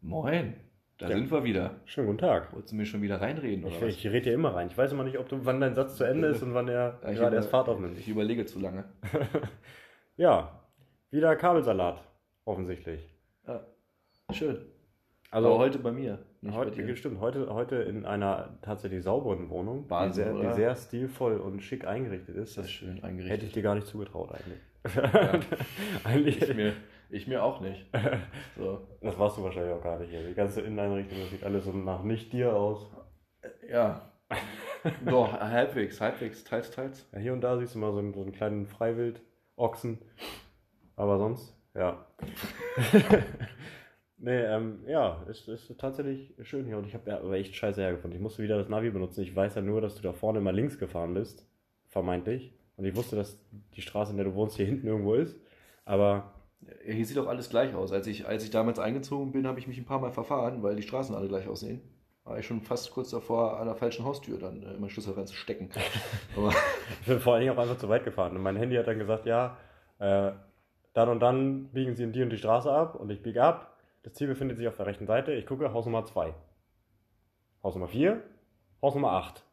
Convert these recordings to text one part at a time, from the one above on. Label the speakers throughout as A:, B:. A: Moin, da
B: Ja.
A: sind wir wieder.
B: Schönen guten Tag.
A: Wolltest du mir schon wieder reinreden
B: Ich,
A: oder
B: ich rede ja immer rein. Ich weiß immer nicht, ob du, wann dein Satz zu Ende ist und wann er
A: was? Ja, ich
B: gerade erst
A: über-
B: Fahrt aufnimmt.
A: Ich überlege zu lange.
B: Ja, wieder Kabelsalat, offensichtlich.
A: Ja. Schön.
B: Also
A: Aber heute bei mir. Nicht
B: heute,
A: bei dir.
B: stimmt, heute, heute in einer tatsächlich sauberen Wohnung, die
A: Wahnsinn,
B: sehr, die
A: oder?
B: sehr stilvoll und schick eingerichtet ist.
A: Ist das schön
B: hätte ich
A: eingerichtet?
B: dir gar nicht zugetraut eigentlich.
A: Ja.
B: eigentlich
A: ich, mir, ich mir auch nicht. So.
B: Das warst du wahrscheinlich auch gar nicht hier. Die ganze Inneneinrichtung, das sieht alles so nach nicht dir aus.
A: Ja. Doch, halbwegs, halbwegs, teils, teils.
B: Ja, hier und da siehst du mal so einen, so einen kleinen Freiwild-Ochsen. Aber sonst, ja. nee, ähm, ja, es ist tatsächlich schön hier und ich habe ja aber echt scheiße hergefunden. Ich musste wieder das Navi benutzen. Ich weiß ja nur, dass du da vorne immer links gefahren bist, vermeintlich. Und ich wusste, dass die Straße, in der du wohnst, hier hinten irgendwo ist. Aber
A: Ja, Hier sieht doch alles gleich aus. Als ich, als ich damals eingezogen bin, habe ich mich ein paar Mal verfahren, weil die Straßen alle gleich aussehen. War ich schon fast kurz davor, an der falschen Haustür dann äh, meinen Schlüssel reinzustecken. Aber
B: ich bin vor allen Dingen auch einfach zu weit gefahren. Und mein Handy hat dann gesagt, ja, äh, dann und dann biegen sie in die und die Straße ab und ich biege ab. Das Ziel befindet sich auf der rechten Seite. Ich gucke, Haus Nummer 2. Haus Nummer 4, Haus Nummer 8.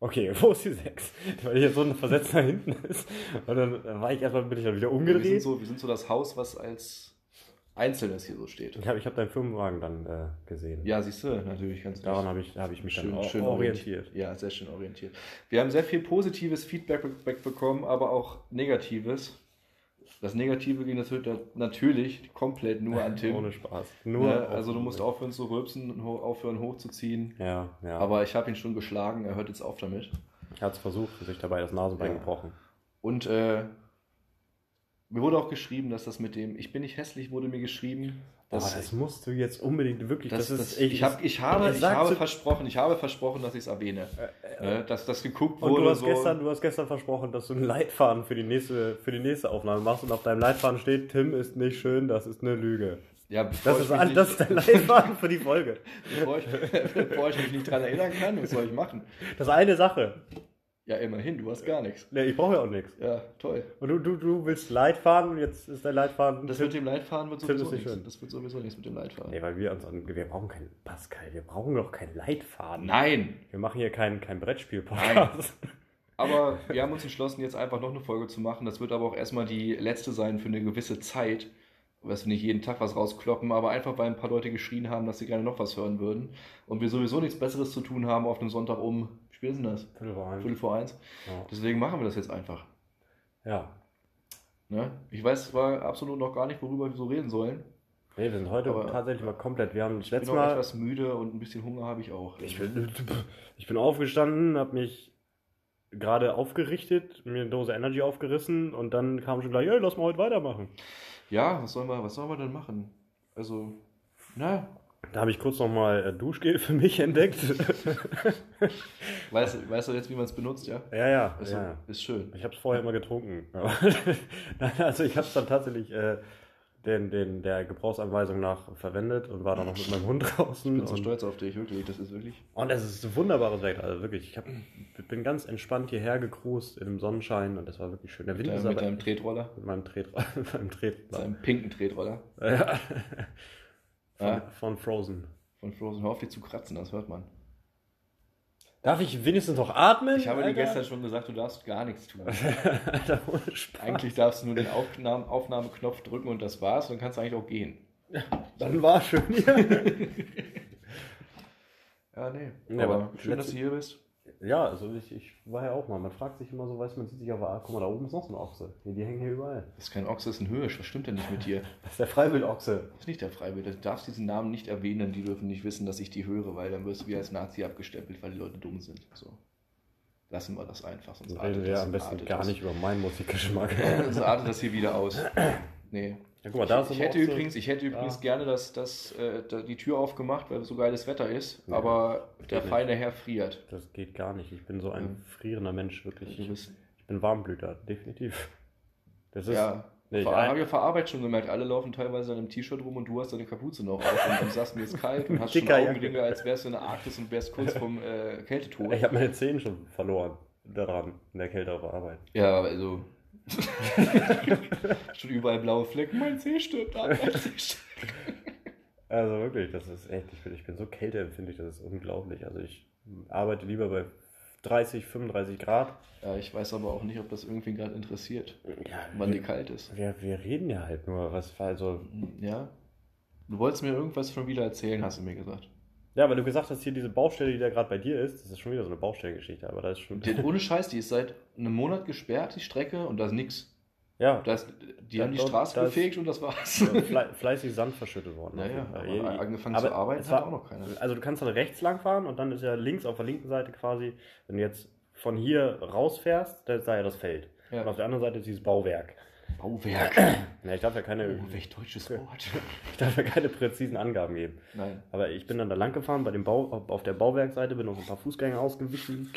B: Okay, wo ist die 6? Weil hier so ein Versetz da hinten ist. Und dann dann war ich erstmal, bin ich dann
A: wir
B: wieder
A: sind,
B: umgedreht.
A: so, wir sind so das Haus, was als Einzelnes hier so steht.
B: Ja, ich habe deinen Firmenwagen dann äh, gesehen.
A: Ja, siehst du, natürlich ganz
B: Daran habe ich, hab ich mich
A: schön,
B: dann
A: schön
B: orientiert.
A: orientiert. Ja, sehr schön orientiert. Wir haben sehr viel positives Feedback back bekommen, aber auch negatives. Das Negative ging natürlich, natürlich komplett nur an Tim.
B: Ohne Spaß.
A: Nur
B: Nur
A: ne? Also du
B: auf-
A: musst aufhören zu rülpsen und ho- aufhören hochzuziehen.
B: Ja, ja.
A: Aber ich habe ihn schon geschlagen, er hört jetzt auf damit.
B: er hat es versucht und sich dabei das Nasenbein
A: Ja.
B: gebrochen.
A: Und äh, mir wurde auch geschrieben, dass das mit dem Ich bin nicht hässlich wurde mir geschrieben.
B: Boah,
A: dass-
B: das, musst du jetzt unbedingt wirklich. Das,
A: Das, das,
B: ist
A: ich, hab, ich habe, ich
B: sag
A: habe
B: zu-
A: versprochen, ich habe versprochen, dass ich es erwähne. Ne, dass das geguckt
B: Äh, Und
A: wurde.
B: du hast,
A: so.
B: gestern, du hast gestern versprochen, dass du einen Leitfaden für die, nächste, für die nächste Aufnahme machst und auf deinem Leitfaden steht, Tim ist nicht schön, das ist eine Lüge.
A: ja, bevor
B: Das
A: ich
B: ist,
A: mich
B: all,
A: nicht-
B: das ist dein Leitfaden für die Folge.
A: bevor, ich, bevor ich mich nicht dran erinnern kann, was soll ich machen?
B: Das ist eine Sache.
A: Ja, immerhin, du hast gar nichts.
B: Nee, ich brauche ja auch nichts.
A: Ja, toll.
B: Und du, du, du willst Leitfaden und jetzt ist dein Leitfaden.
A: Das mit dem Leitfaden wird
B: Tim
A: sowieso
B: ist nicht
A: nichts.
B: schön.
A: Das wird sowieso nichts mit dem Leitfaden.
B: nee, weil wir uns an, wir brauchen keinen Pascal, wir brauchen doch keinen Leitfaden.
A: Nein,
B: Wir machen hier keinen kein Brettspiel-Podcast.
A: aber wir haben uns entschlossen, jetzt einfach noch eine Folge zu machen. Das wird aber auch erstmal die letzte sein für eine gewisse Zeit, dass wir nicht jeden Tag was rauskloppen, aber einfach weil ein paar Leute geschrien haben, dass sie gerne noch was hören würden und wir sowieso nichts Besseres zu tun haben auf einem Sonntag um, wie spät ist denn das?
B: Viertel vor eins.
A: Viertel vor eins.
B: Ja.
A: Deswegen machen wir das jetzt einfach.
B: Ja.
A: Ne? Ich weiß zwar absolut noch gar nicht, worüber wir so reden sollen.
B: Nee, wir sind heute
A: Aber-
B: tatsächlich mal komplett. Wir haben das
A: Ich bin
B: letzte
A: auch
B: Mal.
A: etwas müde und ein bisschen Hunger habe ich auch.
B: Ich bin, ich bin aufgestanden, habe mich gerade aufgerichtet, mir eine Dose Energy aufgerissen und dann kam schon gleich, ey, lass mal heute weitermachen.
A: Ja, was sollen wir, was sollen wir denn machen? Also, na,
B: Da habe ich kurz nochmal Duschgel für mich entdeckt.
A: weißt, weißt du jetzt, wie man es benutzt, ja?
B: ja, ja,
A: Ist,
B: ja.
A: ist schön.
B: Ich habe es vorher immer getrunken. Aber Nein, also ich habe es dann tatsächlich äh, den, den, der Gebrauchsanweisung nach verwendet und war dann noch mit meinem Hund
A: Ich
B: draußen.
A: bin so
B: und-
A: stolz auf dich, wirklich. Das ist wirklich.
B: Und es ist ein wunderbares Wetter, also wirklich. Ich hab, bin ganz entspannt hierher gecruist im Sonnenschein und das war wirklich schön. Der Wind
A: Mit
B: ist
A: deinem,
B: aber
A: mit deinem Tretroller.
B: mit meinem Tret, mit meinem Tret,
A: Mit deinem pinken Tretroller
B: Ja. Von,
A: Ja.
B: von Frozen.
A: von Frozen. Hör auf, dich zu kratzen, das hört man.
B: Darf ich wenigstens noch atmen?
A: Ich habe dir
B: Alter?
A: gestern schon gesagt, du darfst gar nichts tun.
B: Alter, ohne Spaß.
A: Eigentlich darfst du nur den Aufnahme, Aufnahmeknopf drücken und das war's. Dann kannst du eigentlich auch gehen.
B: Dann war schön hier.
A: Ja, nee.
B: Ja,
A: aber
B: aber
A: schön, dass du hier bist.
B: ja, also ich, ich war ja auch mal. Man fragt sich immer so, weiß man sieht sich aber, ah, guck mal, da oben ist noch so eine Ochse. Die, die hängen hier überall.
A: Das ist kein Ochse, das ist ein Hirsch. Was stimmt denn nicht mit dir?
B: Das ist der Freiwillochse.
A: Das ist nicht der Freiwillige. Du darfst diesen Namen nicht erwähnen. Die dürfen nicht wissen, dass ich die höre, weil dann wirst du wieder als Nazi abgestempelt, weil die Leute dumm sind. So. Lassen wir das einfach. Sonst
B: Dann reden wir
A: das-
B: am besten
A: artet
B: gar
A: das-
B: nicht über meinen Musikgeschmack. ja,
A: Sonst artet das hier wieder aus. Nee.
B: guck mal, da ist so
A: Ich
B: eine
A: hätte
B: Ochse.
A: übrigens, ich hätte übrigens gerne das, das, äh, da- die Tür aufgemacht, weil so geiles Wetter ist, aber der
B: nicht.
A: feine Herr friert.
B: Das geht gar nicht. Ich bin so ein frierender Mensch, wirklich.
A: Du
B: Ich,
A: bist,
B: bin Warmblüter, definitiv. Das ist.
A: ja,
B: nee, ich-
A: vor, habe ich vor Arbeit schon gemerkt, alle laufen teilweise dann im T-Shirt rum und du hast deine Kapuze noch auf und du sagst mir ist kalt und hast schon
B: Dicker Jacke.
A: Augenringe, als wärst du in der Arktis und wärst kurz vom äh, Kältetod.
B: ich habe meine Zehen schon verloren daran, in der Kälte auf der Arbeit.
A: Ja, aber also. Ah, schon überall blaue Flecken. Mein Zeh stirbt ab. Mein Zeh stirbt.
B: Also wirklich, das ist echt, ich bin, ich bin so kälteempfindlich, das ist unglaublich. Also ich arbeite lieber bei 30, 35 Grad.
A: Ja, ich weiß aber auch nicht, ob das irgendwie gerade interessiert,
B: Ja,
A: wann dir
B: wir,
A: kalt ist.
B: wir, wir reden ja halt nur, was also.
A: Ja? Du wolltest mir irgendwas schon wieder erzählen, hast du mir gesagt.
B: Ja, weil du gesagt hast, hier diese Baustelle, die da gerade bei dir ist, das ist schon wieder so eine Baustellengeschichte, aber da ist schon.
A: Die, ohne Scheiß, die ist seit einem Monat gesperrt, die Strecke, und da ist nix.
B: Ja,
A: Da ist, die
B: Ja,
A: haben die
B: doch,
A: Straße
B: das-
A: gefegt und das war's.
B: fle fleißig Sand verschüttet worden. auf
A: Naja,
B: jeden Fall.
A: aber
B: Ja,
A: angefangen
B: aber
A: zu arbeiten
B: es
A: hat
B: war-
A: auch noch keiner.
B: Also du kannst dann rechts lang fahren und dann ist ja links auf der linken Seite quasi, wenn du jetzt von hier rausfährst, da ist da ja das Feld. Und auf
A: Ja.
B: der anderen Seite ist dieses Bauwerk.
A: Bauwerk.
B: Na, ich darf ja keine,
A: Oh, welch deutsches Wort.
B: ich darf ja keine präzisen Angaben geben.
A: Nein.
B: Aber ich bin dann da lang gefahren bei dem Bau, auf- auf der Bauwerkseite, bin auf ein paar Fußgänger ausgewichen.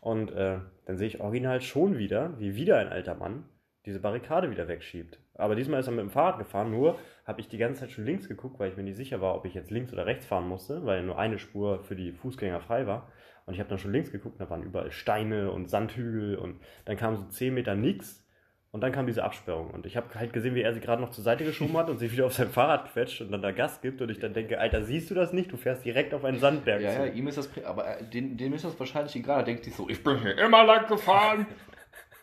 B: Und äh, dann sehe ich original schon wieder, wie wieder ein alter Mann diese Barrikade wieder wegschiebt. Aber diesmal ist er mit dem Fahrrad gefahren, nur habe ich die ganze Zeit schon links geguckt, weil ich mir nicht sicher war, ob ich jetzt links oder rechts fahren musste, weil nur eine Spur für die Fußgänger frei war. Und ich habe dann schon links geguckt, und da waren überall Steine und Sandhügel und dann kam so 10 Meter nix und dann kam diese Absperrung. Und ich habe halt gesehen, wie er sie gerade noch zur Seite geschoben hat und sich wieder auf sein Fahrrad quetscht und dann da Gas gibt und ich dann denke, Alter, siehst du das nicht? Du fährst direkt auf einen Sandberg
A: Ja, ja,
B: zu.
A: ihm ist das, pri- aber äh, dem, dem ist das wahrscheinlich egal. Er denkt sich so, ich bin hier immer lang gefahren.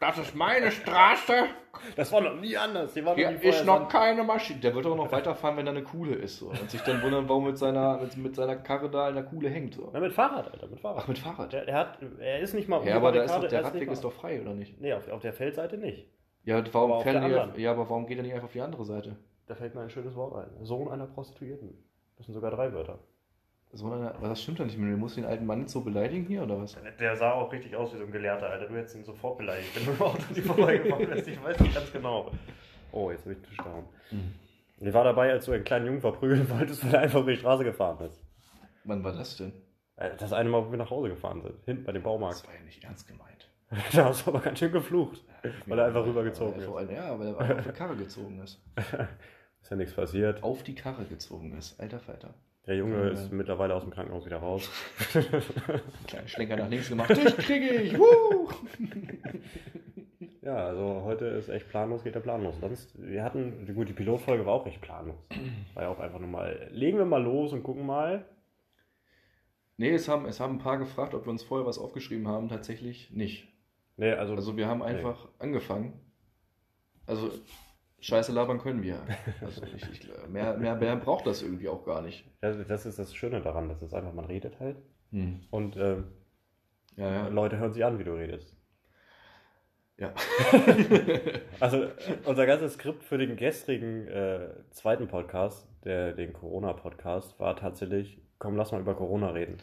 A: Das ist meine Straße.
B: Das war noch nie anders. Hier war
A: Hier
B: nie vorher
A: ist noch
B: Sand.
A: keine Maschine. Der wird auch noch weiterfahren, wenn da eine Kuhle ist. So. Und sich dann wundern, warum mit seiner, mit, mit seiner Karre da in der Kuhle hängt. So.
B: Na, mit Fahrrad, Alter, mit Fahrrad.
A: Ach, mit Fahrrad.
B: Der, der hat, er ist nicht mal um die
A: Ja, aber da ist
B: Barrikade,
A: doch, der
B: er
A: Radweg
B: nicht
A: ist
B: mal-
A: doch frei, oder nicht?
B: Nee, auf, auf der Feldseite nicht.
A: Ja, und warum
B: auf
A: fährt
B: der
A: er nicht,
B: anderen.
A: ja, aber warum geht er nicht einfach auf die andere Seite?
B: Da fällt mir ein schönes Wort ein. Sohn einer Prostituierten. Das sind sogar drei Wörter.
A: So eine, aber das stimmt doch nicht mehr. Du musst den alten Mann jetzt so beleidigen hier, oder was?
B: Der sah auch richtig aus wie so ein Gelehrter, Alter. Du hättest ihn sofort beleidigt, wenn du im Auto nicht vorbeigefahren wärst. Ich weiß nicht ganz genau. Oh, jetzt bin ich Tisch gehauen.
A: Mhm.
B: Ich war dabei, als du einen kleinen Jungen verprügeln wolltest, weil er einfach über die Straße gefahren ist.
A: Wann war das denn?
B: Äh, Das eine Mal, wo wir nach Hause gefahren sind, hinten bei dem Baumarkt.
A: Das war ja nicht ernst gemeint.
B: Da hast du aber ganz schön geflucht. Weil er einfach rübergezogen
A: ist.
B: ist.
A: Vor allem, ja, weil er einfach auf die Karre gezogen ist.
B: Ist ja nichts passiert.
A: Auf die Karre gezogen ist. Alter Falter.
B: Der Junge
A: Ja.
B: ist mittlerweile aus dem Krankenhaus wieder raus.
A: Kleinen Schlenker nach links gemacht. Dich kriege ich! Wuh!
B: Ja, also heute ist echt planlos, geht der planlos. Sonst, wir hatten, gut, die Pilotfolge war auch echt planlos. War ja auch einfach nur mal, legen wir mal los und gucken mal.
A: Nee, es haben, es haben ein paar gefragt, ob wir uns vorher was aufgeschrieben haben. Tatsächlich nicht.
B: Nee, also,
A: Also wir haben einfach angefangen. Also Scheiße labern können wir. Also ich, ich, mehr, mehr, mehr braucht das irgendwie auch gar nicht.
B: das, das ist das Schöne daran, das ist einfach, man redet halt und ähm,
A: Ja, ja.
B: Leute hören sich an, wie du redest.
A: Ja.
B: Also äh, unser ganzes Skript für den gestrigen äh, zweiten Podcast, der, den Corona-Podcast, war tatsächlich, komm, lass mal über Corona reden.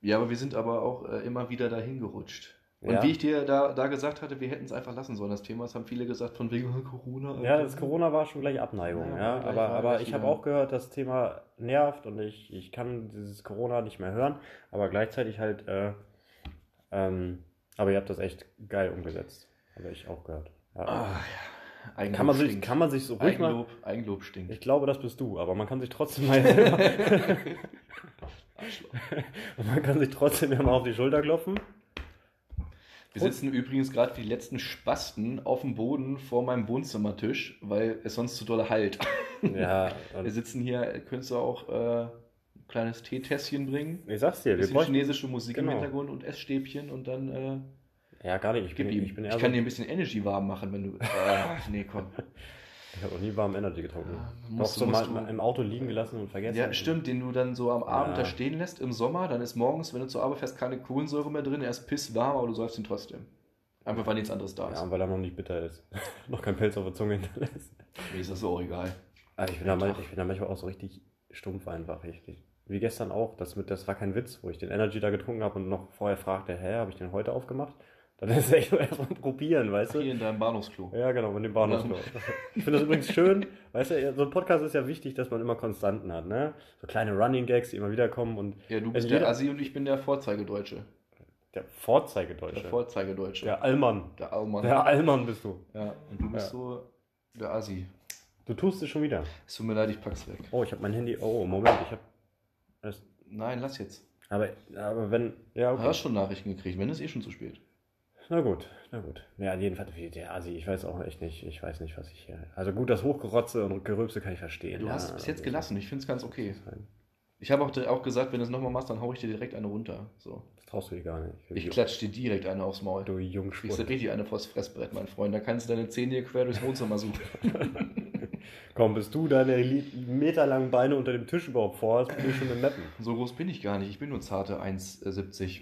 A: ja, aber wir sind aber auch äh, immer wieder dahin gerutscht. Und
B: Ja.
A: wie ich dir da, da gesagt hatte, wir hätten es einfach lassen sollen, das Thema. Es haben viele gesagt, von wegen oh, Corona.
B: Ja, das Corona war schon gleich Abneigung,
A: Ja,
B: ja.
A: gleich
B: Aber,
A: war
B: aber
A: gleich
B: ich habe
A: wieder-
B: auch gehört, das Thema nervt und ich, ich kann dieses Corona nicht mehr hören, aber gleichzeitig halt, äh, ähm, aber ihr habt das echt geil umgesetzt. Habe ich auch gehört. Ja.
A: Ah, ja. Eigenlob
B: Kann man, sich,
A: stinkt.
B: kann man sich so ruhig mal.
A: Eigenlob, Eigenlob stinkt.
B: Ich glaube, das bist du, aber man kann sich trotzdem mal selber,
A: Arschloch.
B: man kann sich trotzdem immer auf die Schulter klopfen.
A: Wir sitzen übrigens gerade wie die letzten Spasten auf dem Boden vor meinem Wohnzimmertisch, weil es sonst zu dolle halt.
B: Ja,
A: Wir
B: und
A: sitzen hier, könntest du auch äh, ein kleines Teetässchen bringen?
B: ich sag's dir, wir
A: bisschen
B: bräuchten.
A: chinesische Musik
B: genau.
A: im Hintergrund und Essstäbchen und dann äh,
B: Ja, gar nicht. Ich bin,
A: gib ihm.
B: ich
A: Ich,
B: bin eher so,
A: kann dir ein bisschen Energy warm machen, wenn du. äh, Ach, nee, komm.
B: ich habe noch nie warm Energy getrunken.
A: Ah,
B: Doch
A: musst
B: so
A: du- musst
B: mal
A: du-
B: im Auto liegen gelassen und vergessen.
A: Ja, stimmt, den du dann so am Abend
B: Ja.
A: da stehen lässt im Sommer, dann ist morgens, wenn du zur Arbeit fährst, keine Kohlensäure mehr drin, er ist pisswarm, aber du säufst ihn trotzdem. Einfach weil nichts anderes da ist.
B: Ja, weil er noch nicht bitter ist. noch kein Pelz auf der Zunge hinterlässt.
A: Mir ist das auch egal.
B: Aber Ah, ich bin, da manchmal, ich bin da manchmal auch so richtig stumpf einfach. Richtig. Wie gestern auch. Das, mit, das war kein Witz, wo ich den Energy da getrunken habe und noch vorher fragte, hä, habe ich den heute aufgemacht? Dann ist es echt nur erstmal probieren, weißt
A: Hier
B: du?
A: in deinem Bahnhofsklo.
B: Ja, genau, mit dem Bahnhofstor. Ich finde das übrigens schön, weißt du, so ein Podcast ist ja wichtig, dass man immer Konstanten hat, ne? So kleine Running Gags, die immer wieder kommen und
A: Ja, du
B: Also
A: bist
B: jeder-
A: der Assi und ich bin der Vorzeigedeutsche.
B: der
A: Der
B: Vorzeigedeutsche.
A: Vorzeigedeutsche.
B: Der Allmann.
A: Der Allmann.
B: Der Allmann bist du.
A: Ja, und du bist
B: Ja.
A: so der Assi.
B: Du tust es schon wieder.
A: Es tut mir leid, ich pack's weg.
B: Oh, ich habe mein Handy. Oh, Moment, ich habe.
A: Nein, lass jetzt.
B: Aber, aber wenn. Ja,
A: Du hast schon Nachrichten gekriegt, wenn ist eh schon zu spät.
B: Na gut, na gut. Ja, jedenfalls, wie der Asi, ich weiß auch echt nicht, ich weiß nicht, was ich hier. Also gut, das Hochgerotze und Gerülpse kann ich verstehen.
A: Du
B: ja,
A: hast es bis jetzt
B: also-
A: gelassen, ich finde es ganz okay.
B: Nein,
A: Ich habe auch, di- auch gesagt, wenn du es nochmal machst, dann hau ich dir direkt eine runter. So.
B: Das traust du dir gar nicht.
A: Ich klatsch dir direkt eine aufs Maul. Du
B: Du
A: kriegst dir
B: Jungspund.
A: richtig eine vors Fressbrett, mein Freund. Da kannst du deine Zähne hier quer durchs Wohnzimmer suchen.
B: Komm, bist du deine li- meterlangen Beine unter dem Tisch überhaupt vor hast, bin ich schon im Mappen.
A: so groß bin ich gar nicht. Ich bin nur zarte 1,70.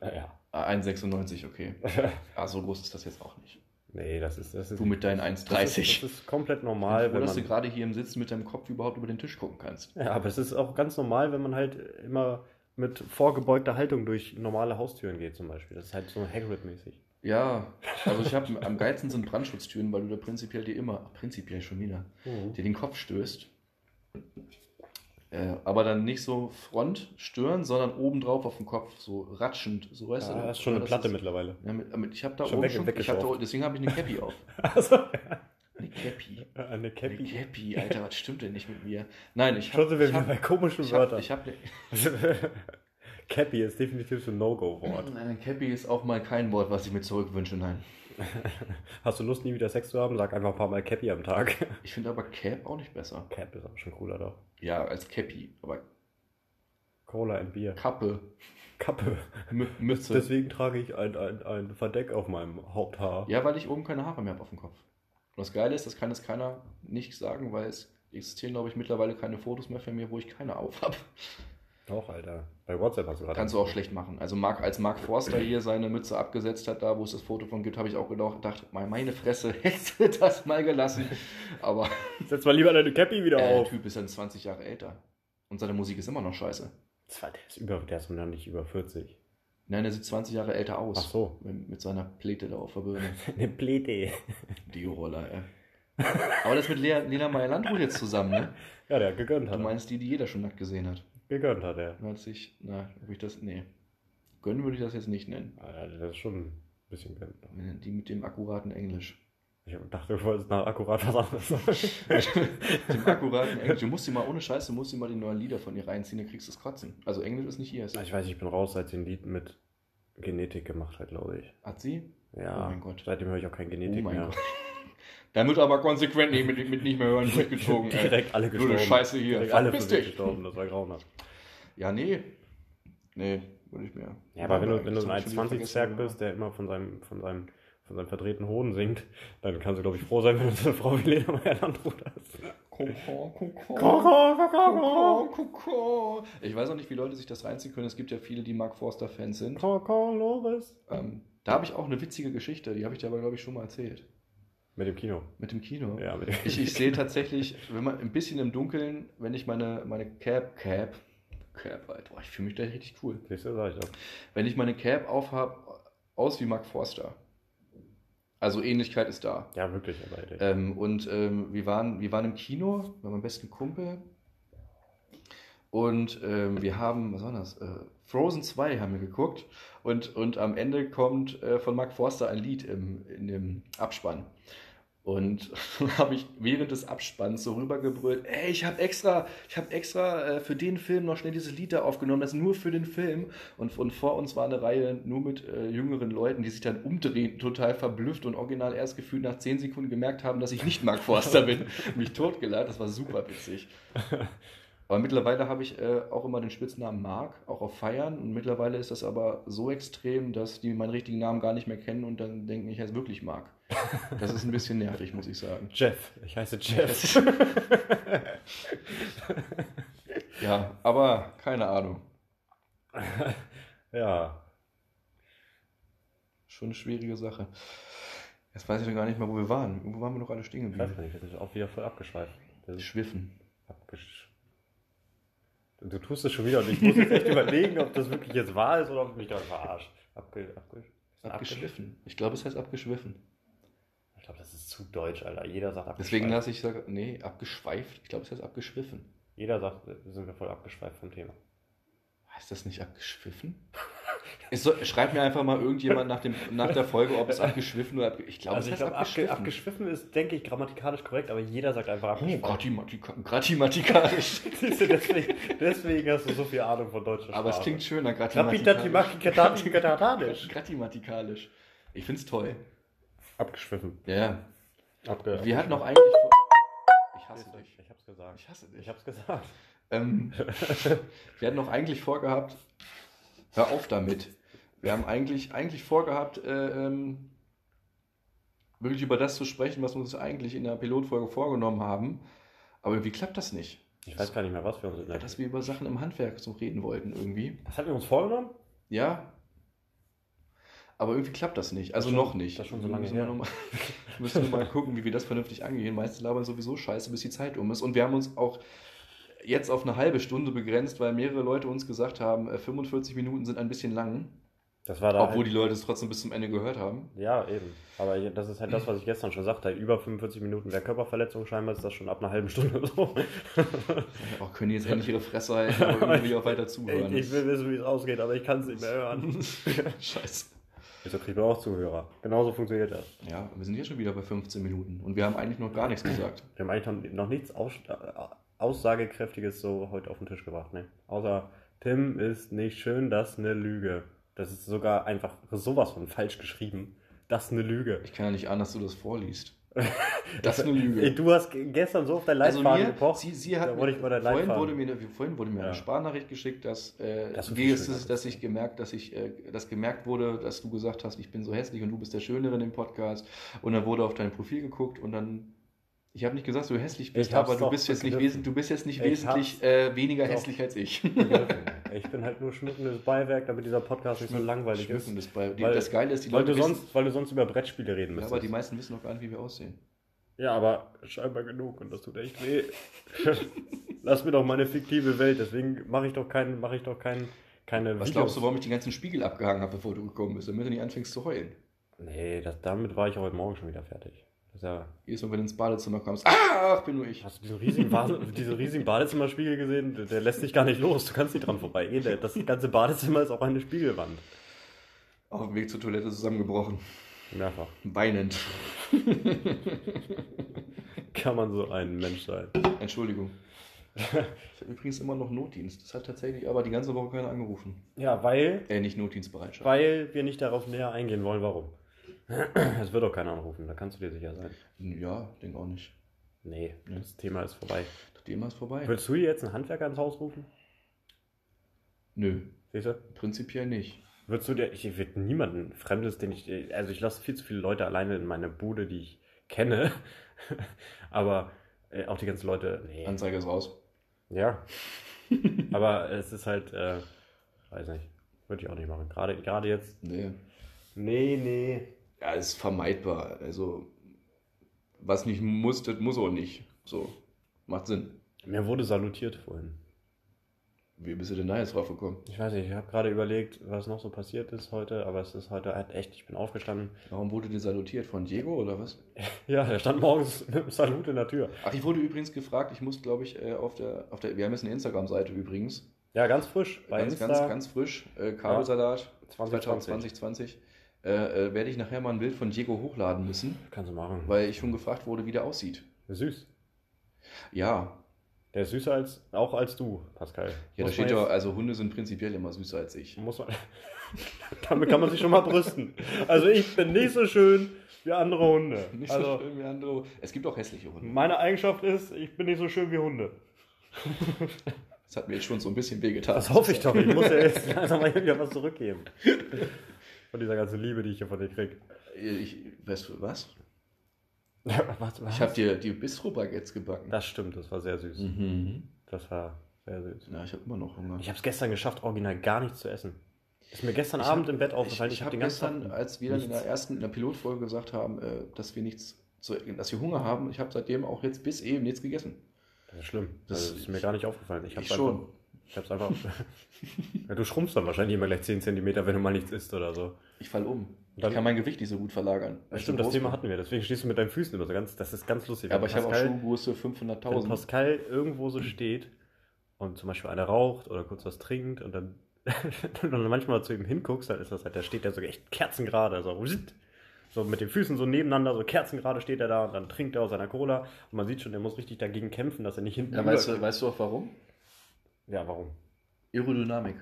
B: Ja.
A: Äh, 1,96, okay. Ah, so groß ist das jetzt auch nicht.
B: nee, das ist. Das ist
A: Du mit deinen
B: das
A: 1,30.
B: ist, das ist komplett
A: Ich bin
B: normal,
A: froh,
B: wenn
A: dass du
B: man.
A: gerade hier im Sitzen mit deinem Kopf überhaupt über den Tisch gucken kannst.
B: Ja, aber es ist auch ganz normal, wenn man halt immer mit vorgebeugter Haltung durch normale Haustüren geht, zum Beispiel. Das ist halt so Hagrid-mäßig.
A: Ja, also ich habe am geilsten sind Brandschutztüren, weil du da prinzipiell dir immer, prinzipiell schon wieder, dir den Kopf stößt. Äh, aber dann nicht so Front stören, sondern obendrauf auf den Kopf, so ratschend, so weißt
B: Ja,
A: du.
B: das ist schon eine
A: das
B: Platte
A: ist-
B: mittlerweile.
A: Ja, mit, mit, ich habe da
B: Schon
A: oben
B: weg-
A: schon, ich hab da,
B: weggeschorfen.
A: deswegen habe ich eine Cappy auf.
B: Also,
A: Eine Cappy.
B: eine
A: Eine
B: Cappy.
A: Cappy, Alter, was stimmt denn nicht mit mir? Nein, ich
B: Schon sind
A: habe
B: wir
A: ich
B: wieder bei
A: hab,
B: komischen
A: ich hab,
B: Wörtern.
A: ich hab, Mhm. ne-
B: Cappy ist definitiv so ein No-Go-Wort.
A: eine Cappy ist auch mal kein Wort, was ich mir zurückwünsche, nein.
B: Hast du Lust, nie wieder Sex zu haben? Sag einfach ein paar Mal Cappy am Tag.
A: Ich finde aber Cap auch nicht besser.
B: Cap ist auch schon cooler doch.
A: Ja, als Cappy, aber
B: Cola und Bier.
A: Kappe,
B: Kappe.
A: Mü Mütze.
B: Deswegen trage ich ein, ein, ein Verdeck auf meinem Haupthaar.
A: Ja, weil ich oben keine Haare mehr habe auf dem Kopf. Und das Geile ist, das kann jetzt keiner nicht sagen, weil es existieren, glaube ich, mittlerweile keine Fotos mehr von mir, wo ich keine auf habe.
B: Doch, Alter. Bei WhatsApp hast du gerade.
A: Kannst du auch schlecht machen. Also Mark, als Mark Forster hier seine Mütze abgesetzt hat, da wo es das Foto von gibt, habe ich auch gedacht, gedacht, mein- meine Fresse, hättest du das mal gelassen. Aber
B: Setz mal lieber deine Cappy wieder
A: äh, der
B: auf.
A: Typ ist dann 20 Jahre älter. Und seine Musik ist immer noch scheiße.
B: Zwar, der ist über, der ist noch nicht über 40.
A: Nein, er sieht 20 Jahre älter
B: Ach
A: aus.
B: so.
A: Mit, mit seiner Plete da auf der Birne.
B: Eine Plete.
A: Die Roller, ey. Aber das mit Lea, Lena Meyer-Landrut jetzt zusammen, ne?
B: Ja, der gegönnt
A: Du
B: hat. er.
A: meinst die, die jeder schon nackt gesehen hat.
B: Gegönnt hat er.
A: Hat sich, na, ob ich das, nee. Gönnen würde ich das jetzt nicht nennen.
B: Alter, das ist schon ein bisschen gönnt.
A: Die mit dem akkuraten Englisch.
B: Ich dachte, du wolltest nach akkurat was anderes sagen.
A: mit dem akkuraten Englisch. Du musst dir mal, ohne Scheiße, musst dir mal die neuen Lieder von ihr reinziehen, dann kriegst du es kotzen. Also Englisch ist nicht ihr.
B: Ich weiß, ich bin raus, seit sie ein Lied mit Genetik gemacht hat, glaube ich.
A: Hat sie?
B: Ja,
A: Oh mein Gott.
B: seitdem höre ich auch kein Genetik
A: oh mein
B: mehr.
A: Gott. Dann wird aber konsequent nicht mit, mit nicht mehr hören durchgezogen. ey.
B: Direkt alle
A: Nur eine
B: gestorben.
A: Scheiße hier.
B: Direkt alle
A: Verpiss
B: von
A: dich.
B: sich gestorben, das war grauenhaft.
A: Ja, nee. Nee, würde ich mir.
B: Ja, aber wenn du, wenn du ein
A: Eigentlich schon wieder
B: 1,20 Zerg
A: vergessen,
B: bist, der immer von seinem, von seinem, von seinem verdrehten Hoden singt, dann kannst du, glaube ich, froh sein, wenn du so eine Frau wie Lena meyer landrut hast.
A: Kokon, kokon.
B: Kokon,
A: Kokon, kokon. Ich weiß auch nicht, wie Leute sich das reinziehen können. Es gibt ja viele, die Mark Forster-Fans sind.
B: Kokon, Loris.
A: Ähm, da habe ich auch eine witzige Geschichte, die habe ich dir aber, glaube ich, schon mal erzählt.
B: Mit dem Kino.
A: Mit dem Kino.
B: Ja, mit dem
A: Ich, ich sehe tatsächlich, wenn man ein bisschen im Dunkeln, wenn ich meine, meine Cap, Cap, Cap, Alter, boah, ich fühle mich da richtig cool.
B: Siehst du, sag ich doch.
A: Wenn ich meine Cap aufhab, aus wie Mark Forster. Also Ähnlichkeit ist da.
B: Ja, wirklich, aber ey.
A: Ähm, und ähm, wir, waren, wir waren im Kino mit meinem besten Kumpel. Und ähm, wir haben, was war das? Äh, Frozen 2 haben wir geguckt. Und, und am Ende kommt äh, von Mark Forster ein Lied im, in dem Abspann. Und habe ich während des Abspanns so rübergebrüllt, ey, ich habe extra, ich habe extra äh, für den Film noch schnell dieses Lied da aufgenommen, das ist nur für den Film. Und, und vor uns war eine Reihe nur mit äh, jüngeren Leuten, die sich dann umdrehen, total verblüfft und original erst gefühlt nach 10 Sekunden gemerkt haben, dass ich nicht Mark Forster bin. Mich totgeladen, das war super witzig. Aber mittlerweile habe ich äh, auch immer den Spitznamen Mark, auch auf Feiern. Und mittlerweile ist das aber so extrem, dass die meinen richtigen Namen gar nicht mehr kennen und dann denken, ich heiße wirklich Mark. Das ist ein bisschen nervig, muss ich sagen.
B: Jeff. Ich heiße Jeff.
A: Ja, aber keine Ahnung.
B: ja.
A: Schon eine schwierige Sache. Jetzt weiß ich doch gar nicht mehr, wo wir waren. Wo waren wir doch alle stehen
B: Ich weiß gar
A: geblieben?
B: nicht, das ist auch wieder voll abgeschweift. Das ist
A: Schwiffen.
B: abgesch... Du tust es schon wieder und ich muss jetzt echt überlegen, ob das wirklich jetzt wahr ist oder ob ich mich da verarscht. Abge... Abge...
A: Abgeschwiffen. Ich glaube, es heißt abgeschwiffen.
B: Ich glaube, das ist zu deutsch, Alter. Jeder sagt abgeschweift.
A: Deswegen lasse ich sagen, nee, abgeschweift. Ich glaube, es heißt abgeschwiffen.
B: äh, Jeder sagt, sind wir voll abgeschweift vom Thema.
A: Heißt das nicht abgeschwiffen? Es soll- schreibt mir einfach mal irgendjemand nach, dem, nach der Folge, ob es abgeschwiffen oder ab, Ich glaube,
B: also ich
A: es heißt
B: glaube, abgeschwiffen.
A: abgeschwiffen.
B: abgeschwiffen ist, denke ich, grammatikalisch korrekt, aber jeder sagt einfach
A: Oh,
B: abgeschwiffen.
A: gratimatika- gratimatikalisch.
B: Siehst du, deswegen, deswegen hast du so viel Ahnung von deutscher Sprache.
A: Aber es klingt schöner,
B: Grappitatimaki-katatisch.
A: Gratimatikalisch. Ich find's toll.
B: Abgeschwiffen.
A: Ja, ja.
B: Abge
A: Wir hatten auch eigentlich. Vor ich hasse dich.
B: Ich hab's gesagt.
A: Ich hasse
B: Ich
A: dich.
B: hab's gesagt.
A: Ähm, wir hatten auch eigentlich vorgehabt. Hör auf damit. Wir haben eigentlich, eigentlich vorgehabt, äh, ähm, wirklich über das zu sprechen, was wir uns eigentlich in der Pilotfolge vorgenommen haben. Aber wie klappt das nicht?
B: Ich weiß gar nicht mehr, was wir uns in der-
A: Dass wir über Sachen im Handwerk so reden wollten irgendwie.
B: Das hatten wir uns vorgenommen?
A: Ja. Aber irgendwie klappt das nicht. Also
B: schon-
A: noch nicht.
B: das ist schon so
A: Wir
B: lange
A: müssen wir
B: her.
A: noch mal- müssen wir mal gucken, wie wir das vernünftig angehen. Meistens labern sowieso scheiße, bis die Zeit um ist. Und wir haben uns auch jetzt auf eine halbe Stunde begrenzt, weil mehrere Leute uns gesagt haben, äh, 45 Minuten sind ein bisschen lang.
B: Das war da. halt
A: Obwohl die Leute es trotzdem bis zum Ende gehört haben.
B: ja, eben. Aber je- das ist halt das, was ich gestern schon sagte. Über 45 Minuten wäre Körperverletzung, scheinbar ist das schon ab einer halben Stunde so.
A: Auch können die jetzt endlich ihre Fresse halten, aber irgendwie auch weiter zuhören.
B: Ich, ich will wissen, wie es ausgeht, aber ich kann es nicht mehr hören.
A: Scheiße.
B: Wieso kriegt man auch Zuhörer? Genauso funktioniert das.
A: Ja, wir sind jetzt schon wieder bei 15 Minuten und wir haben eigentlich noch gar nichts gesagt.
B: Wir haben eigentlich noch noch nichts aus, äh, Aussagekräftiges so heute auf den Tisch gebracht, ne? Außer Tim ist nicht schön, das ist eine Lüge. Das ist sogar einfach sowas von falsch geschrieben. Das ist eine Lüge.
A: Ich kann ja nicht ahnen, dass du das vorliest. Das ist eine Lüge.
B: Ey, du hast ge- gestern so auf dein
A: Also
B: Leitfaden
A: mir,
B: gepocht.
A: sie, sie hat
B: da wurde
A: mir,
B: ich bei der
A: vorhin,
B: Leitfaden.
A: wurde mir, eine- vorhin wurde mir
B: Ja.
A: eine Sparnachricht geschickt, dass, äh,
B: Das ist
A: Geh,
B: wirklich
A: es
B: schön,
A: ist, dass ich gemerkt, dass ich, äh, dass gemerkt wurde, dass du gesagt hast, ich bin so hässlich und du bist der Schönere in dem Podcast. Und dann wurde auf dein Profil geguckt und dann, ich habe nicht gesagt, dass du hässlich bist,
B: Ich hab's
A: aber du
B: doch
A: bist jetzt nicht
B: begriffen.
A: wesentlich, du bist jetzt nicht
B: Ich
A: wesentlich
B: hab's
A: äh, weniger
B: doch.
A: hässlich als ich.
B: ich bin halt nur schmückendes Beiwerk, damit dieser Podcast nicht so langweilig ist.
A: Schmückendes bei, die,
B: Weil-
A: das Geile ist, die
B: Weil
A: Leute
B: du,
A: wissen,
B: sonst, weil du sonst über Brettspiele reden
A: ja,
B: müsstest.
A: aber die meisten wissen noch gar nicht, wie wir aussehen.
B: Ja, aber scheinbar genug und das tut echt weh. Lass mir doch meine fiktive Welt, deswegen mache ich doch keinen, mache ich doch keinen, keine
A: Was glaubst du, warum ich den ganzen Spiegel abgehangen habe, bevor du gekommen bist, damit du nicht anfängst zu heulen?
B: Nee, das, damit war ich auch heute Morgen schon wieder fertig. Das ist ja,
A: Jedes Mal, wenn du ins Badezimmer kommst, ah, ach, bin nur ich.
B: hast du diesen riesigen, Bade, diesen riesigen Badezimmerspiegel gesehen? Der, der lässt dich gar nicht los, du kannst nicht dran vorbeigehen. Der- Das ganze Badezimmer ist auch eine Spiegelwand.
A: Auf dem Weg zur Toilette zusammengebrochen.
B: Mehrfach.
A: Weinend.
B: Kann man so ein Mensch sein.
A: Entschuldigung. Ich habe übrigens immer noch Notdienst. Das hat tatsächlich aber die ganze Woche keiner angerufen.
B: Ja, weil,
A: Äh, nicht Notdienstbereitschaft.
B: weil wir nicht darauf näher eingehen wollen, warum. Es wird doch keiner anrufen, da kannst du dir sicher sein.
A: Ja, denke auch nicht.
B: Nee, das Thema ist vorbei.
A: Das Thema ist vorbei.
B: Würdest du dir jetzt einen Handwerker ins Haus rufen?
A: Nö,
B: Siehst du?
A: prinzipiell nicht.
B: Würdest du dir, ich würde niemanden Fremdes, den ich, also ich lasse viel zu viele Leute alleine in meine Bude, die ich kenne, aber äh, auch die ganzen Leute, nee.
A: Anzeige ist raus.
B: ja. aber es ist halt, äh, weiß nicht, würde ich auch nicht machen. Gerade, gerade jetzt.
A: Nee.
B: Nee, nee.
A: Ja, ist vermeidbar. Also, was nicht muss, das muss auch nicht. So, macht Sinn.
B: Mir wurde salutiert vorhin.
A: Wie bist du denn da jetzt drauf gekommen?
B: Ich weiß nicht, ich habe gerade überlegt, was noch so passiert ist heute, aber es ist heute halt echt, ich bin aufgestanden.
A: Warum wurde dir salutiert? Von Diego oder was?
B: Ja, er stand morgens mit dem Salut in der Tür.
A: Ach, ich wurde übrigens gefragt, ich muss, glaube ich, äh, auf der, auf der, wir haben jetzt eine Instagram-Seite übrigens.
B: Ja, ganz frisch. Bei
A: ganz,
B: Insta.
A: ganz, ganz frisch, äh, Kabelsalat
B: 2020.
A: 2020, 2020 äh, äh, werde ich nachher mal ein Bild von Diego hochladen müssen,
B: Kannst du machen.
A: weil ich schon gefragt wurde, wie der aussieht.
B: Süß.
A: Ja,
B: Der ist süßer als auch als du, Pascal.
A: ja da
B: Muss
A: steht
B: man
A: ja,
B: jetzt-
A: also Hunde sind prinzipiell immer süßer als ich.
B: Muss man, damit kann man sich schon mal brüsten. Also ich bin nicht so schön wie andere Hunde.
A: Nicht so
B: also
A: schön wie andere. Es gibt auch hässliche Hunde.
B: meine Eigenschaft ist, ich bin nicht so schön wie Hunde.
A: Das hat mir jetzt schon so ein bisschen wehgetan.
B: Das hoffe ich doch. Ich muss ja jetzt langsam mal hier wieder was zurückgeben. Von dieser ganzen Liebe, die ich hier von dir krieg.
A: Äh, Ich, weißt du was?
B: Was,
A: Ich habe dir die Bistro-Baguettes gebacken.
B: das stimmt, das war sehr süß.
A: Mhm.
B: Das war sehr süß.
A: Ja, ich habe immer noch Hunger.
B: Ich habe es gestern geschafft, original gar nichts zu essen. Ist mir gestern
A: Ich hab-
B: Abend im Bett
A: Ich,
B: aufgefallen.
A: ich,
B: hab
A: habe
B: den ganzen Tag-
A: gestern, als wir dann in der
B: nichts.
A: ersten, in der Pilotfolge gesagt haben, äh, dass wir nichts zu, dass wir Hunger haben, ich habe seitdem auch jetzt bis eben nichts gegessen.
B: Das ist schlimm.
A: Das-
B: Das also, ist mir gar nicht aufgefallen. Ich, hab's
A: ich schon.
B: Einfach, ich hab's einfach. ja, du schrumpfst dann wahrscheinlich immer gleich 10 cm, wenn du mal nichts isst oder so.
A: Ich fall um.
B: Dann-
A: ich kann mein Gewicht nicht so gut verlagern.
B: Das stimmt, das Thema hatten wir. Deswegen stehst du mit deinen Füßen immer so ganz. Das ist ganz lustig.
A: Ja, aber
B: Wenn
A: ich habe auch
B: Pascal-
A: Schuhgröße
B: Wenn
A: 500.000.
B: Pascal irgendwo so steht und zum Beispiel einer raucht oder kurz was trinkt und dann wenn du manchmal zu ihm hinguckst, dann ist das halt, da steht er so echt kerzengerade, so, wusit. so mit den Füßen so nebeneinander, so kerzengerade steht er da und dann trinkt er aus seiner Cola und man sieht schon, der muss richtig dagegen kämpfen, dass er nicht hinten
A: Ja,
B: über-
A: weißt du, weißt du auch warum?
B: ja warum?
A: Aerodynamik.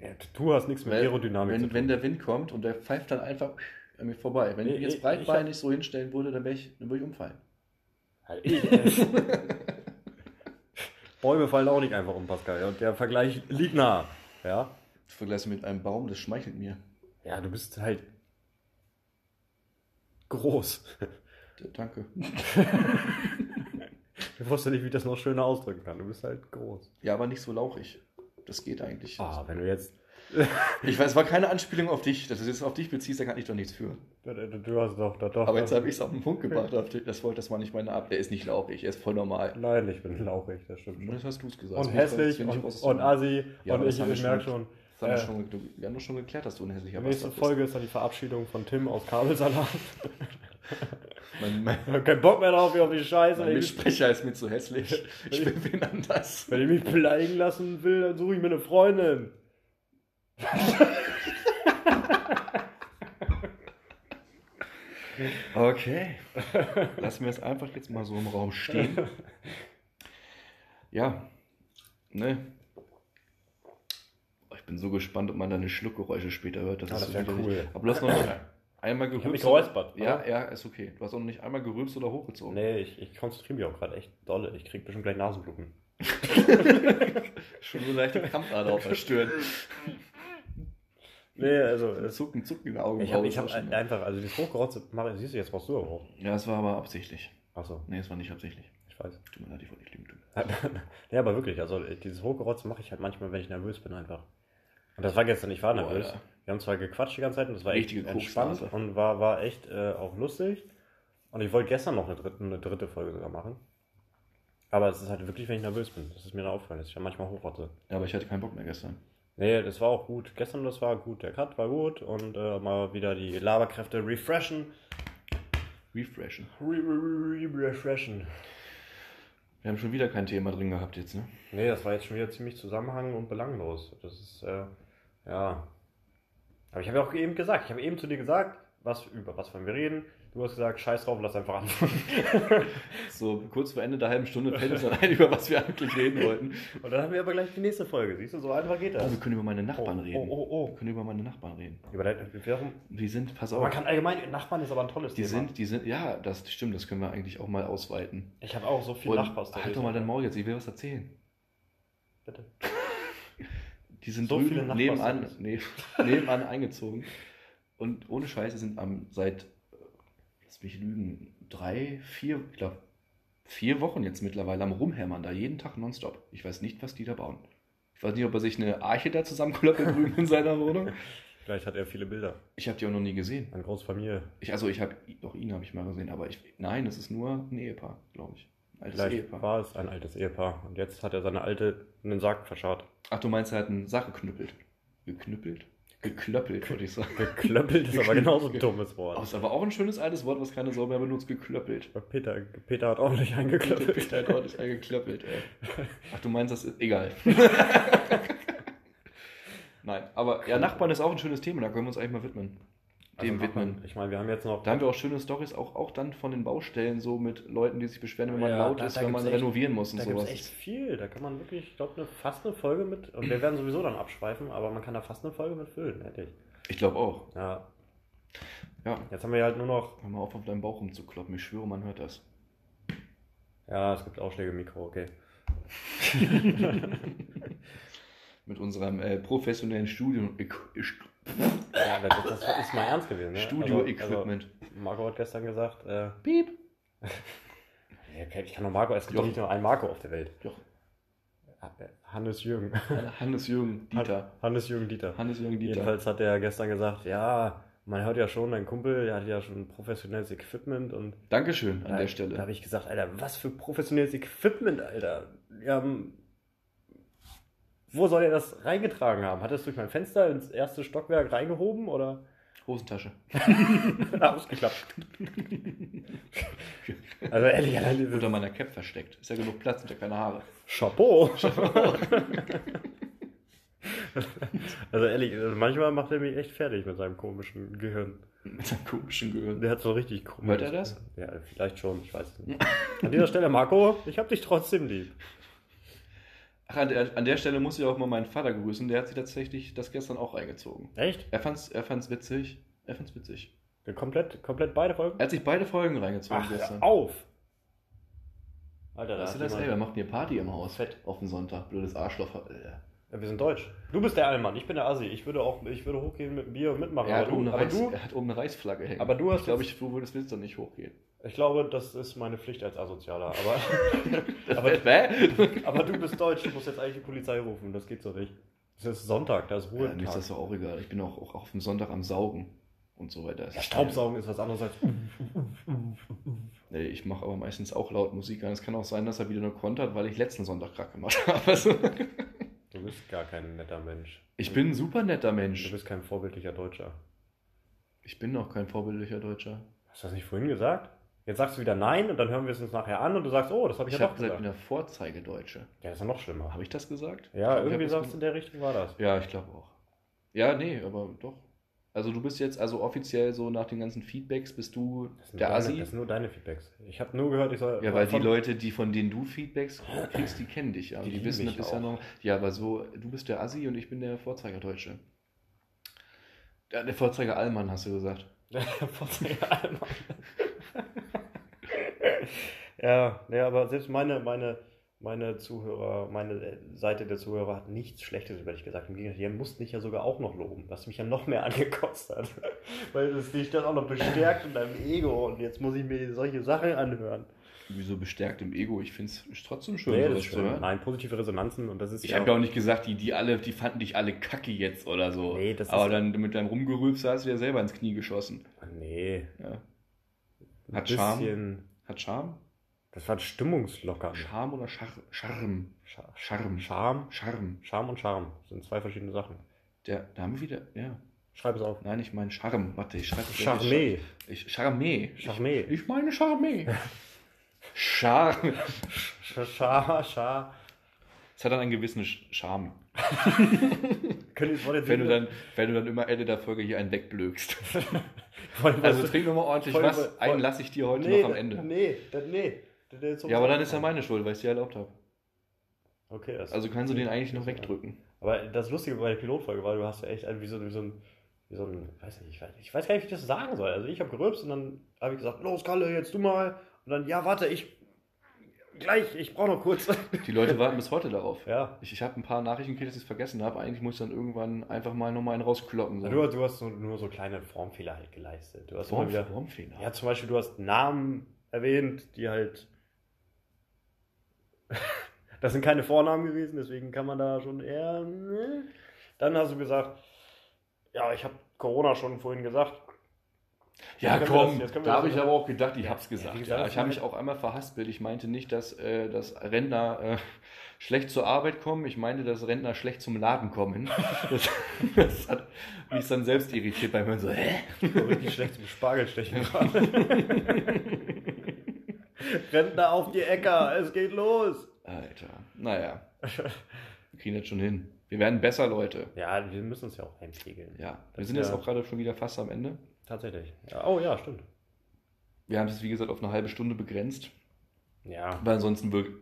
B: Ja, du hast nichts mit
A: Weil,
B: Aerodynamik zu
A: wenn,
B: tun.
A: wenn der Wind kommt und der pfeift dann einfach an mir vorbei. Wenn
B: Nee,
A: ich mich jetzt
B: ich- ich hab-
A: breitbeinig so hinstellen würde, dann, wär ich, dann würde ich umfallen.
B: Halt ich, ey. Bäume fallen auch nicht einfach um, Pascal. Und der Vergleich liegt nah. Ja?
A: Ich vergleiche mit einem Baum, das schmeichelt mir.
B: ja, du bist halt groß.
A: D- Danke.
B: Ich wusste nicht, wie ich das noch schöner ausdrücken kann. Du bist halt groß.
A: Ja, aber nicht so lauchig. Das geht eigentlich.
B: Ah, wenn du jetzt.
A: Ich weiß, es war keine Anspielung auf dich. Dass du es jetzt auf dich beziehst, da kann ich doch nichts für.
B: Du, du, du hast doch, doch, doch.
A: Aber jetzt habe ich es auf den Punkt gebracht. Das wollte, das war nicht meine Ab. Der ist nicht lauchig, er ist voll normal.
B: Nein, ich bin lauchig, das stimmt schon.
A: Das hast du es gesagt.
B: Und hässlich und, und assi.
A: Ja, aber
B: und
A: das
B: ich,
A: haben wir
B: ich
A: schon-
B: merke schon.
A: Das haben wir,
B: äh,
A: schon, ge- wir haben doch schon geklärt, dass du ein hässlicher
B: nächste
A: Bastard
B: Folge ist dann die Verabschiedung von Tim aus Kabelsalat.
A: bist. Mein, mein,
B: Ich hab keinen Bock mehr drauf, hier auf die Scheiße.
A: mein
B: ey.
A: Mitsprecher ist mir zu hässlich. Ich bin wen anders.
B: Wenn ich mich beleidigen lassen will, dann suche ich mir eine Freundin.
A: Okay. Lassen wir es einfach jetzt mal so im Raum stehen. Ja. Ne. Oh, Ich bin so gespannt, ob man deine Schluckgeräusche später hört. Das
B: Ah,
A: ist
B: das
A: so
B: wär
A: widerlich.
B: cool.
A: Aber du hast noch nicht einmal gerülpst.
B: mich geräuspert,
A: Ja,
B: oder?
A: ja, ist okay. Du hast auch noch nicht einmal gerülpst oder hochgezogen.
B: Nee, ich, ich konzentriere mich auch gerade echt dolle. Ich krieg bestimmt gleich Nasenbluten.
A: Schon so leichte Krampfader auf der Stirn.
B: Nee, also.
A: Ein
B: Es,
A: Zucken, Zucken in den Augen.
B: ich habe ich hab ein- einfach, also das Hochgerotze mache ich, siehst du, jetzt brauchst du aber auch.
A: ja, das war aber absichtlich.
B: Achso,
A: Nee, das war nicht absichtlich.
B: ich weiß.
A: Tut mir leid, ich wollte nicht lügen. tut mir leid.
B: nee, aber wirklich, also dieses Hochgerotze mache ich halt manchmal, wenn ich nervös bin einfach. Und das war gestern, ich war
A: Boah,
B: nervös.
A: Alter.
B: Wir haben zwar gequatscht die ganze Zeit und das war echt
A: Richtige
B: entspannt
A: Koksnase.
B: und war, war echt äh, auch lustig. Und ich wollte gestern noch eine dritte, eine dritte Folge sogar machen. Aber es ist halt wirklich, wenn ich nervös bin. Das ist mir da aufgefallen, dass ich ja manchmal hochrotze.
A: Ja, aber ich hatte keinen Bock mehr gestern.
B: Nee, das war auch gut. Gestern das war gut. Der Cut war gut und äh, mal wieder die Laberkräfte refreshen.
A: Refreshen.
B: Re -re -re refreshen.
A: Wir haben schon wieder kein Thema drin gehabt jetzt, ne?
B: Nee, das war jetzt schon wieder ziemlich zusammenhang und belanglos. Das ist, äh, ja. Aber ich habe ja auch eben gesagt, ich habe eben zu dir gesagt, was über was wollen wir reden. Du hast gesagt, scheiß drauf, lass einfach anfangen.
A: So kurz vor Ende der halben Stunde fällt uns dann ein, über was wir eigentlich reden wollten.
B: und dann haben wir aber gleich die nächste Folge. Siehst du, so einfach geht
A: Oh,
B: das.
A: wir können über meine
B: Oh,
A: Nachbarn reden.
B: oh, oh,
A: Wir können über meine Nachbarn reden.
B: oh. Über dein, warum?
A: Die sind, pass
B: Man
A: auf,
B: kann allgemein, Nachbarn ist aber ein tolles
A: die
B: Thema.
A: sind, die sind, ja, das stimmt, das können wir eigentlich auch mal ausweiten.
B: ich habe auch so viel
A: Und
B: Nachbarn.
A: halt doch mal dein Maul jetzt, ich will was erzählen.
B: Bitte.
A: Die sind
B: So
A: drüben
B: viele Nachbarn
A: nebenan,
B: sind
A: nee, nebenan eingezogen. Und ohne Scheiße sind am, seit, äh, lass mich lügen, drei, vier, ich glaube, vier Wochen jetzt mittlerweile am Rumhämmern da, jeden Tag nonstop. Ich weiß nicht, was die da bauen. Ich weiß nicht, ob er sich eine Arche da zusammenklöppelt drüben in seiner Wohnung.
B: Vielleicht hat er viele Bilder.
A: Ich habe die auch noch nie gesehen.
B: Eine große Familie.
A: Ich, also ich habe, doch ihn habe ich mal gesehen, aber ich, nein, es ist nur ein Ehepaar, glaube ich. Ein Altes
B: Vielleicht
A: Ehepaar.
B: war es ein altes Ehepaar. Und jetzt hat er seine alte in den Sarg verscharrt.
A: Ach, du meinst, er hat einen Sack geknüppelt. Geknüppelt? Geklöppelt, würde ich sagen.
B: Geklöppelt ist aber genauso ein dummes
A: Oh,
B: Wort.
A: ist aber auch ein schönes altes Wort, was keine Sau mehr benutzt. Geklöppelt. halt
B: Peter, Peter hat ordentlich
A: Klöppelt.
B: eingeklöppelt.
A: Peter hat ordentlich eingeklöppelt, ey. Ach, du meinst, das ist egal. Nein, aber ja, Nachbarn ist auch ein schönes Thema, da können wir uns eigentlich mal widmen.
B: Also
A: Dem
B: macht man-
A: widmen.
B: Ich meine, wir haben jetzt noch.
A: Da haben wir auch schöne Stories, auch, auch dann von den Baustellen, so mit Leuten, die sich beschweren, wenn man
B: Ja,
A: laut
B: da-
A: ist,
B: da
A: wenn
B: gibt's
A: man
B: echt-
A: renovieren muss und
B: Da gibt es
A: sowas.
B: echt viel. Da kann man wirklich, ich glaube, eine, fast eine Folge mit. Und wir werden sowieso dann abschweifen, aber man kann da fast eine Folge mit füllen, ehrlich.
A: Ich glaube auch.
B: Ja.
A: Ja,
B: Jetzt haben wir halt nur noch.
A: hör mal auf, auf deinem Bauch rumzukloppen. Ich schwöre, man hört das.
B: Ja, es gibt Ausschläge im Mikro, okay.
A: Mit unserem äh, professionellen Studio-
B: Ja, das, das ist mal ernst gewesen. Ne?
A: Studio-Equipment.
B: Also, also, Marco hat gestern gesagt, äh,
A: Piep.
B: ich kann nur Marco, es gibt
A: Doch.
B: doch nicht nur einen Marco auf der Welt. Ah, äh,
A: Doch.
B: Hannes Jürgen.
A: Hannes Jürgen Dieter.
B: Hannes Jürgen Dieter.
A: Hannes Jürgen Dieter.
B: Jedenfalls hat er gestern gesagt, ja, man hört ja schon, dein Kumpel, der hat ja schon professionelles Equipment und
A: Dankeschön an
B: da,
A: der
B: Da
A: Stelle.
B: habe ich gesagt, Alter, was für professionelles Equipment, Alter. Wir haben, wo soll er das reingetragen haben? Hat er es durch mein Fenster ins erste Stockwerk reingehoben oder
A: Hosentasche.
B: ausgeklappt? also ehrlich, Alter, dieses
A: Unter meiner Cap versteckt. Ist ja genug Platz unter keine Haare.
B: Chapeau. Also ehrlich, also manchmal macht er mich echt fertig mit seinem komischen Gehirn.
A: Mit seinem komischen Gehirn.
B: Der hat so richtig komisch.
A: Hört er das?
B: Ja, vielleicht schon, ich weiß es nicht. An dieser Stelle, Marco, ich hab dich trotzdem lieb.
A: Ach, an der, an der Stelle muss ich auch mal meinen Vater grüßen. Der hat sich tatsächlich das gestern auch reingezogen.
B: Echt?
A: Er fand's, er fand's witzig. Er fand's witzig.
B: Komplett, komplett beide Folgen?
A: Er hat sich beide Folgen reingezogen
B: Ach,
A: gestern.
B: hör auf! Alter, da
A: Weißt du
B: hat
A: das, ey?
B: jemand-
A: Wir machen hier Party im Haus. Fett. Auf den Sonntag. Blödes Arschloch. Äh, Alter.
B: Ja, wir sind deutsch. Du bist der Allmann, ich bin der Assi. Ich würde auch, ich würde hochgehen mit dem Bier und mitmachen.
A: Er hat,
B: aber,
A: oben
B: du,
A: eine
B: aber
A: Reichs,
B: du,
A: er hat oben eine Reichsflagge hängen.
B: aber du hast
A: ich glaube,
B: jetzt-
A: ich, du würdest willst doch nicht hochgehen.
B: ich glaube, das ist meine Pflicht als Asozialer. Aber, Aber-
A: Hä?
B: aber du bist deutsch, du musst jetzt eigentlich die Polizei rufen. Das geht so nicht. Es ist Sonntag, da ist Ruhe.
A: Ja, mir ist das doch auch egal. Ich bin auch, auch auf dem Sonntag am Saugen und so weiter.
B: ja, Staubsaugen ist was anderes als.
A: halt- Nee, ich mache aber meistens auch laut Musik an. Es kann auch sein, dass er wieder nur kontert, weil ich letzten Sonntag Krach gemacht habe. Also,
B: Du bist gar kein netter Mensch.
A: ich bin ein super netter
B: Du
A: Mensch.
B: bist kein vorbildlicher Deutscher.
A: Ich bin auch kein vorbildlicher Deutscher.
B: Hast du das nicht vorhin gesagt? Jetzt sagst du wieder nein und dann hören wir es uns nachher an und du sagst, oh, das habe ich,
A: Ich
B: ja
A: habe
B: doch
A: gesagt,
B: gesagt.
A: ich bin der Vorzeigedeutsche.
B: Ja, das ist ja noch schlimmer.
A: Habe ich das gesagt?
B: Ja,
A: Ich glaub, ich
B: irgendwie
A: hab das
B: sagst du,
A: gemacht.
B: in der Richtung war das.
A: Ja, ich glaube auch. Ja, nee, aber doch. Also du bist jetzt also offiziell so nach den ganzen Feedbacks bist du
B: Das sind,
A: der
B: nur
A: Assi.
B: Deine, das sind nur deine Feedbacks. Ich habe nur gehört, ich soll.
A: ja, weil die
B: von-
A: Leute, die von denen du Feedbacks kriegst, die kennen dich ja.
B: Die
A: Die, die
B: lieben
A: wissen,
B: mich
A: das ist ja
B: auch.
A: noch. Ja, aber so, du bist der Assi und ich bin der Vorzeigerdeutsche. Ja, der Vorzeiger Allmann, hast du gesagt.
B: Ja, ja, ja, aber selbst meine, meine, meine Zuhörer, meine Seite der Zuhörer hat nichts Schlechtes über dich gesagt. Im Gegenteil, die mussten dich ja sogar auch noch loben, was mich ja noch mehr angekotzt hat. Weil das dich dann auch noch bestärkt in deinem Ego und jetzt muss ich mir solche Sachen anhören.
A: Wieso bestärkt im Ego? Ich finde es trotzdem schön,
B: Nee, das
A: sowas
B: ist
A: zu
B: schön.
A: hören.
B: Nein, positive Resonanzen und das ist
A: Ich
B: ja
A: habe ja auch nicht gesagt, die, die alle, die fanden dich alle kacke jetzt oder so.
B: Nee, das ist- Ah,
A: aber dann mit deinem Rumgerülpse hast du dir selber ins Knie geschossen.
B: Nee,
A: Ja.
B: ein
A: Hat Charme.
B: bisschen.
A: Hat Charme?
B: Das war stimmungslockern.
A: Charme oder Schar Charme?
B: Scha-
A: Charme.
B: Charme.
A: Charme.
B: Charme und Charme sind zwei verschiedene Sachen.
A: Der, da haben wir wieder, ja.
B: Schreib es auf.
A: Nein, ich meine Charme. Warte, ich schreibe
B: Charme.
A: Ich, Charme.
B: Charme.
A: Ich, ich meine Charme. Charme.
B: Scha, scha, scha.
A: Es hat dann einen gewissen Sch- Charme.
B: Können wir jetzt
A: Wenn du dann, wenn du dann immer Ende der Folge hier einen wegblökst.
B: Wollen wir-
A: Also trink nochmal ordentlich
B: voll-
A: was.
B: voll-
A: Einen lasse ich dir heute
B: nee,
A: noch am
B: da-
A: Ende.
B: Nee, da, nee. Da- da
A: Ja, aber dann ist ja meine Schuld, weil ich es dir erlaubt habe.
B: Okay, das
A: Also kannst du den eigentlich noch wegdrücken.
B: Aber das Lustige bei der Pilotfolge war, du hast ja echt einen, wie so, wie so ein. Wie so ein weiß nicht, ich, weiß, ich weiß gar nicht, wie ich das sagen soll. Also ich habe gerülpst und dann habe ich gesagt: Los, Kalle, jetzt du mal. Und dann: Ja, warte, ich. Gleich, ich brauche noch kurz.
A: Die Leute warten bis heute darauf.
B: ja.
A: Ich, ich habe ein paar Nachrichten gekriegt, dass ich es vergessen habe. Eigentlich muss ich dann irgendwann einfach mal nochmal einen rauskloppen. So.
B: Du, du hast so, nur so kleine Formfehler halt geleistet. Du hast immer
A: Form,
B: wieder.
A: Formfehler.
B: Ja, zum Beispiel, du hast Namen erwähnt, die halt. Das sind keine Vornamen gewesen, deswegen kann man da schon eher. Ne? Dann hast du gesagt, ja, ich habe Corona schon vorhin gesagt.
A: Ja,
B: Jetzt können wir
A: komm,
B: das- jetzt können wir
A: da
B: das-
A: habe ich aber auch gedacht, ich
B: Ja,
A: hab's gesagt.
B: wie
A: Ja,
B: gesagt,
A: ich habe
B: das-
A: mich auch einmal verhaspelt. Ich meinte nicht, dass, äh, dass Rentner äh, schlecht zur Arbeit kommen. Ich meinte, dass Rentner schlecht zum Laden kommen. Das, das hat mich dann selbst irritiert, weil man so, hä?
B: Ich war richtig schlecht zum Spargelstechen gerade. Rentner auf die Äcker, es geht los.
A: Alter, naja. Wir kriegen das schon hin. Wir werden besser, Leute.
B: Ja, wir müssen es ja auch einpegeln.
A: Ja, wir
B: Das
A: sind
B: ist
A: jetzt
B: ja-
A: auch gerade schon wieder fast am Ende.
B: Tatsächlich. Ja, oh ja, stimmt.
A: Wir haben es, wie gesagt, auf eine halbe Stunde begrenzt.
B: Ja.
A: Weil ansonsten wir, wäre,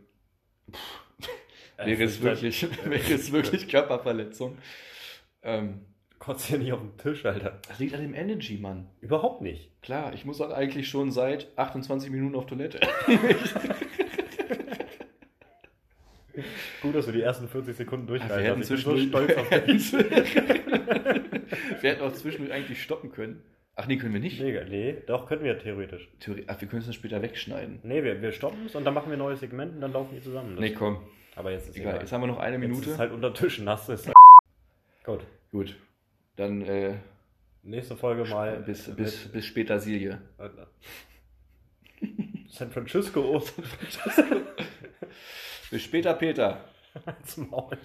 B: halt
A: es wirklich, wäre es wirklich Körperverletzung. Ähm,
B: Kotzt ja nicht auf den Tisch, Alter.
A: das liegt an dem Energy, Mann.
B: Überhaupt nicht.
A: Klar, ich muss auch eigentlich schon seit 28 Minuten auf Toilette.
B: Gut, dass du die ersten 40 Sekunden durchgehalten
A: Wir hätten
B: hast. Ich bin
A: zwischendurch,
B: so stolz auf dich.
A: wir hätten auch zwischendurch eigentlich stoppen können. Ach nee, können wir nicht.
B: Nee, nee, doch, könnten wir theoretisch.
A: Theorie- Ach, wir können es dann später wegschneiden.
B: Nee, wir, wir stoppen es und dann machen wir ein neues Segment und dann laufen die zusammen. Das-
A: Nee, komm.
B: Aber jetzt ist
A: Egal, jetzt haben wir noch eine
B: Jetzt
A: Minute.
B: ist halt unter Tisch nass. Ist Gut,
A: Gut, dann äh,
B: nächste Folge mal
A: bis, bis, bis später Silje.
B: mit San Francisco
A: Bis später Peter.
B: zum Maul.